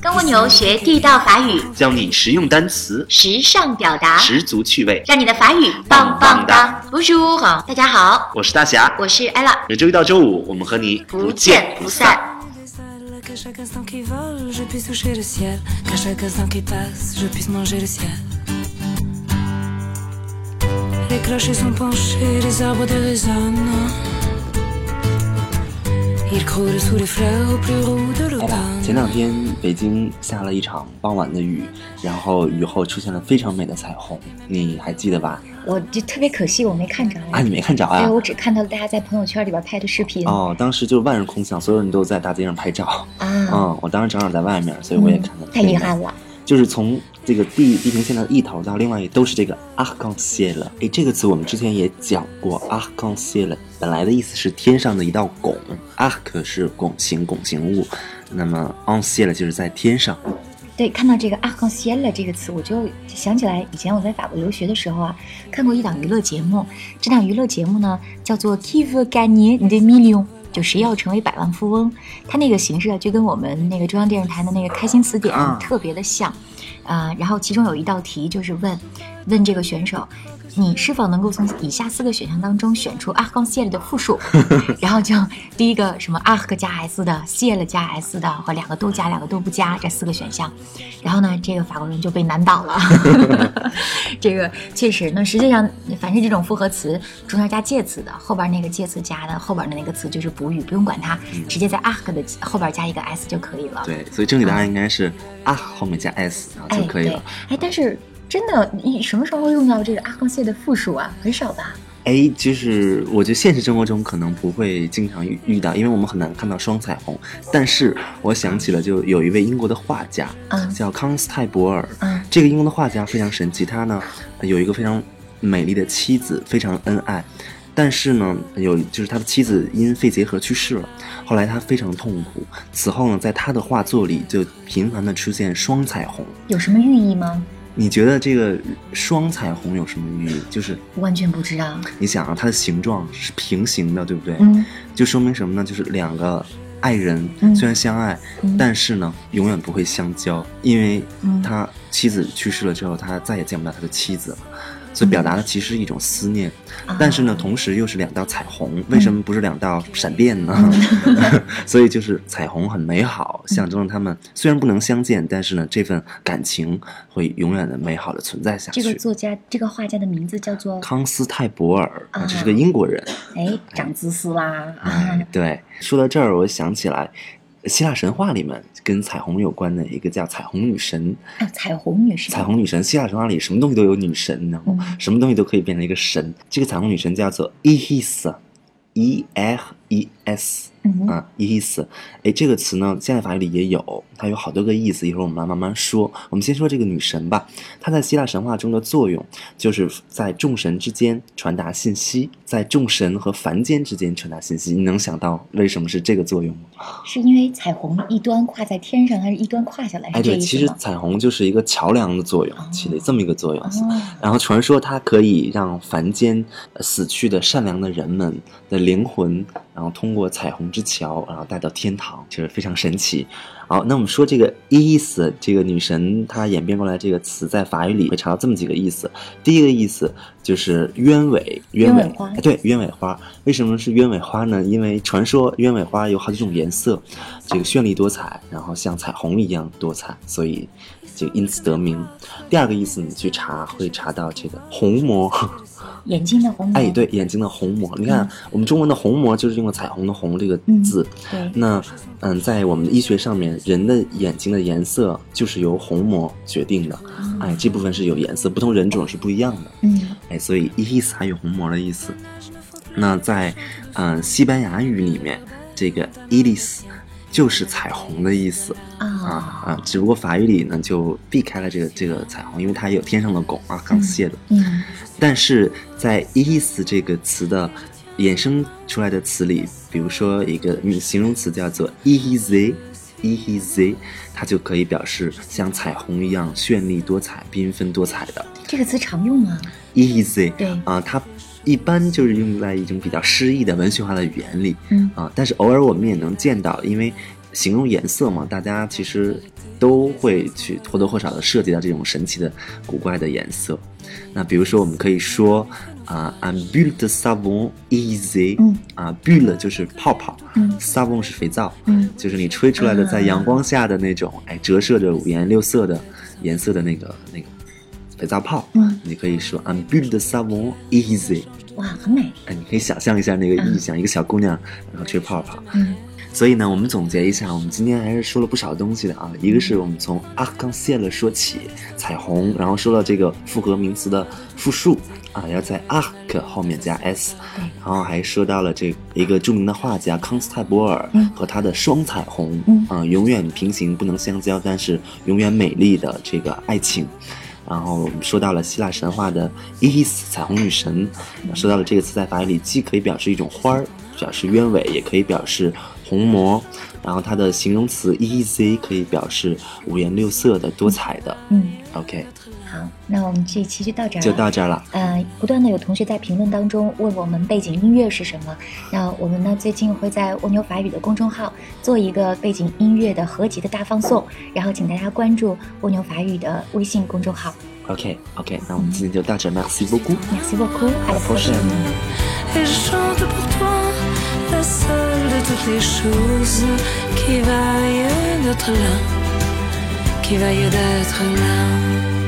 跟蜗牛学地道法语，教你实用单词，时尚表达，十足趣味。让你的法语棒棒哒！Bonjour，大家好，我是大侠，我是 Ella，每周一到周五，我们和你不见不散。 Qu'à chaque instant qui vole, je puisse toucher le ciel. Qu'à chaque instant qui passe, je puisse manger le ciel. Les clochers sont penchés, les arbres déraisonnent. Ils croulent sous les fleurs au plus roux de 哎呀，l'automne. 前两天北京下了一场傍晚的雨，然后雨后出现了非常美的彩虹，你还记得吧？我就特别可惜我没看着啊，你没看着对啊？嗯哎我只看到了大家在朋友圈里边拍的视频、哦，当时就万人空巷，所有人都在大街上拍照。啊，嗯嗯，我当时正好在外面，所以我也看到了。太遗憾。了。就是从这个地地平线的一头到另外一头都是这个阿康谢勒。哎，这个词我们之前也讲过，阿康谢勒本来的意思是天上的一道拱，阿克是拱形拱形物，那么昂谢勒就是在天上。对，看到这个阿啊康西耶勒这个词，我就想起来以前我在法国留学的时候啊，看过一档娱乐节目，这档娱乐节目呢叫做 Qui veut gagner des millions。就谁要成为百万富翁，它那个形式啊，就跟我们那个中央电视台的那个开心词典啊特别的像，啊、然后其中有一道题就是问，问这个选手，你是否能够从以下四个选项当中选出阿康谢勒的 复数？然后就第一个什么阿克加 s 的，谢了加 s 的，和两个都加，两个都不加这四个选项。然后呢，这个法国人就被难倒 了。这个确实，那实际上凡是这种复合词，中间加介词的，后边那个介词加的后边的那个词就是补语，不用管它，嗯直接在阿克的后边加一个 s 就可以了。对，所以正确答案应该是啊后面加 s，然后哎，就可以对了。。哎，但是真的，你什么时候会用到这个阿康谢的复数啊？很少吧？哎，就是我觉得现实生活中可能不会经常遇遇到，因为我们很难看到双彩虹。但是我想起了，就有一位英国的画家，嗯叫康斯泰伯尔。嗯这个英国的画家非常神奇，他呢有一个非常美丽的妻子，非常恩爱。但是呢，有就是他的妻子因肺结核去世了，后来他非常痛苦。此后呢，在他的画作里就频繁的出现双彩虹。有什么寓意吗？你觉得这个双彩虹有什么寓意？就是完全不知道。你想啊，它的形状是平行的，对不对？嗯，就说明什么呢？就是两个爱人嗯虽然相爱，嗯但是呢，永远不会相交，因为嗯他妻子去世了之后，他再也见不到他的妻子了。所以表达的其实是一种思念，啊嗯但是呢，同时又是两道彩虹，为什么不是两道闪电呢？ 所以就是彩虹很美好，象征着他嗯们虽然不能相见，但是呢，这份感情会永远的美好的存在下去。这个作家，这个画家的名字叫做……康斯泰伯尔，啊这是个英国人。哎，长姿势啦啊哎，，对，说到这儿，我想起来，希腊神话里面跟彩虹有关的一个叫彩虹女神。啊彩虹女神，彩虹女神，希腊神话里什么东西都有女神，你知道吗？嗯什么东西都可以变成一个神。这个彩虹女神叫做 Isis，E H E S。嗯哼啊，意思，哎，这个词呢，现代法语里也有，它有好多个意思，一会儿我们来慢慢说。我们先说这个女神吧，她在希腊神话中的作用，就是在众神之间传达信息，在众神和凡间之间传达信息。你能想到为什么是这个作用吗？是因为彩虹一端挂在天上，还是一端跨下来？哎，是这对，意其思实吗？彩虹就是一个桥梁的作用，起了这么一个作用。哦，然后传说它可以让凡间呃死去的善良的人们的灵魂，然后通过彩虹之桥，然后带到天堂，就是非常神奇。好，那我们说这个伊斯这个女神，她演变过来这个词，在法语里会查到这么几个意思。第一个意思就是鸢尾，鸢鸢尾花哎对，鸢尾花。为什么是鸢尾花呢？因为传说鸢尾花有好几种颜色，这个绚丽多彩，然后像彩虹一样多彩，所以就因此得名。第二个意思，你去查会查到这个虹膜，眼睛的虹 膜，哎，对，眼睛的虹膜。你看，我们中文的虹膜就是用了彩虹的虹这个嗯字。对，那，嗯，在我们的医学上面，人的眼睛的颜色就是由虹膜决定的。哎，这部分是有颜色，不同人种是不一样的。嗯哎，所以伊斯还有虹膜的意思。那在，嗯、西班牙语里面，这个 iris 就是彩虹的意思。啊啊啊！只不过法语里呢就避开了这个这个彩虹，因为它有天上的拱啊，刚泄的。嗯，但是在 is 这个词的衍生出来的词里，比如说一个形容词叫做 easy。easy，它就可以表示像彩虹一样绚丽多彩、缤纷多彩的。这个词常用吗？ easy，对啊，它一般就是用在一种比较诗意的文学化的语言里，嗯啊，但是偶尔我们也能见到，因为形容颜色嘛，大家其实都会去或多或少的涉及到这种神奇的、古怪的颜色。那比如说，我们可以说啊、u n bulle de savon easy，嗯啊，bulle 就是泡泡，嗯 s a v o n 是肥皂，嗯就是你吹出来的在阳光下的那种，哎，折射着五颜六色的颜色的那个那个肥皂泡，嗯，你可以说 un bulle de savon easy，哇，很美，哎，你可以想象一下那个意象，一个小姑娘然后吹泡泡。嗯所以呢，我们总结一下，我们今天还是说了不少东西的啊。一个是我们从阿康谢勒说起，彩虹，然后说了这个复合名词的复数啊，要在 arc 后面加 s，对然后还说到了这一个著名的画家康斯泰博尔嗯和他的双彩虹，嗯啊、永远平行不能相交，但是永远美丽的这个爱情。然后我们说到了希腊神话的伊西斯彩虹女神，说到了这个词在法语里既可以表示一种花儿，表示鸢尾，也可以表示虹膜。然后它的形容词 easy 可以表示五颜六色的、多彩的。嗯， OK，好，那我们这一期就到这儿了，就到这儿了。呃，不断的有同学在评论当中问我们背景音乐是什么。那我们呢，最近会在蜗牛法语的公众号做一个背景音乐的合集的大放送，然后请大家关注蜗牛法语的微信公众号。 OK OK，那我们今天就到这儿，Merci beaucoup。 Merci beaucoup，à la prochaine。 Et je chante pour toi, la seule de toutes les choses qui vaille d'être là, qui vaille d'être là.